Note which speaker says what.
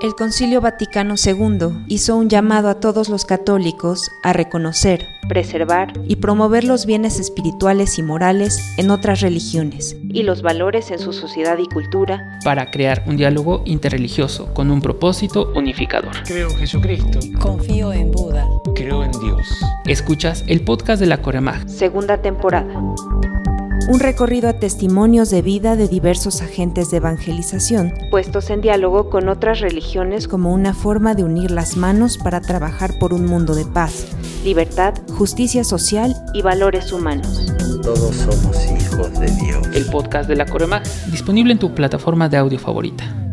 Speaker 1: El Concilio Vaticano II hizo un llamado a todos los católicos a reconocer, preservar y promover los bienes espirituales y morales en otras religiones y los valores en su sociedad y cultura
Speaker 2: para crear un diálogo interreligioso con un propósito unificador.
Speaker 3: Creo en Jesucristo.
Speaker 4: Confío en Buda.
Speaker 3: Creo en Dios.
Speaker 2: Escuchas el podcast de la Coremag.
Speaker 1: Segunda temporada un recorrido a testimonios de vida de diversos agentes de evangelización, puestos en diálogo con otras religiones como una forma de unir las manos para trabajar por un mundo de paz, libertad, justicia social y valores humanos.
Speaker 5: Todos somos hijos de Dios.
Speaker 2: El podcast de la Coremag, disponible en tu plataforma de audio favorita.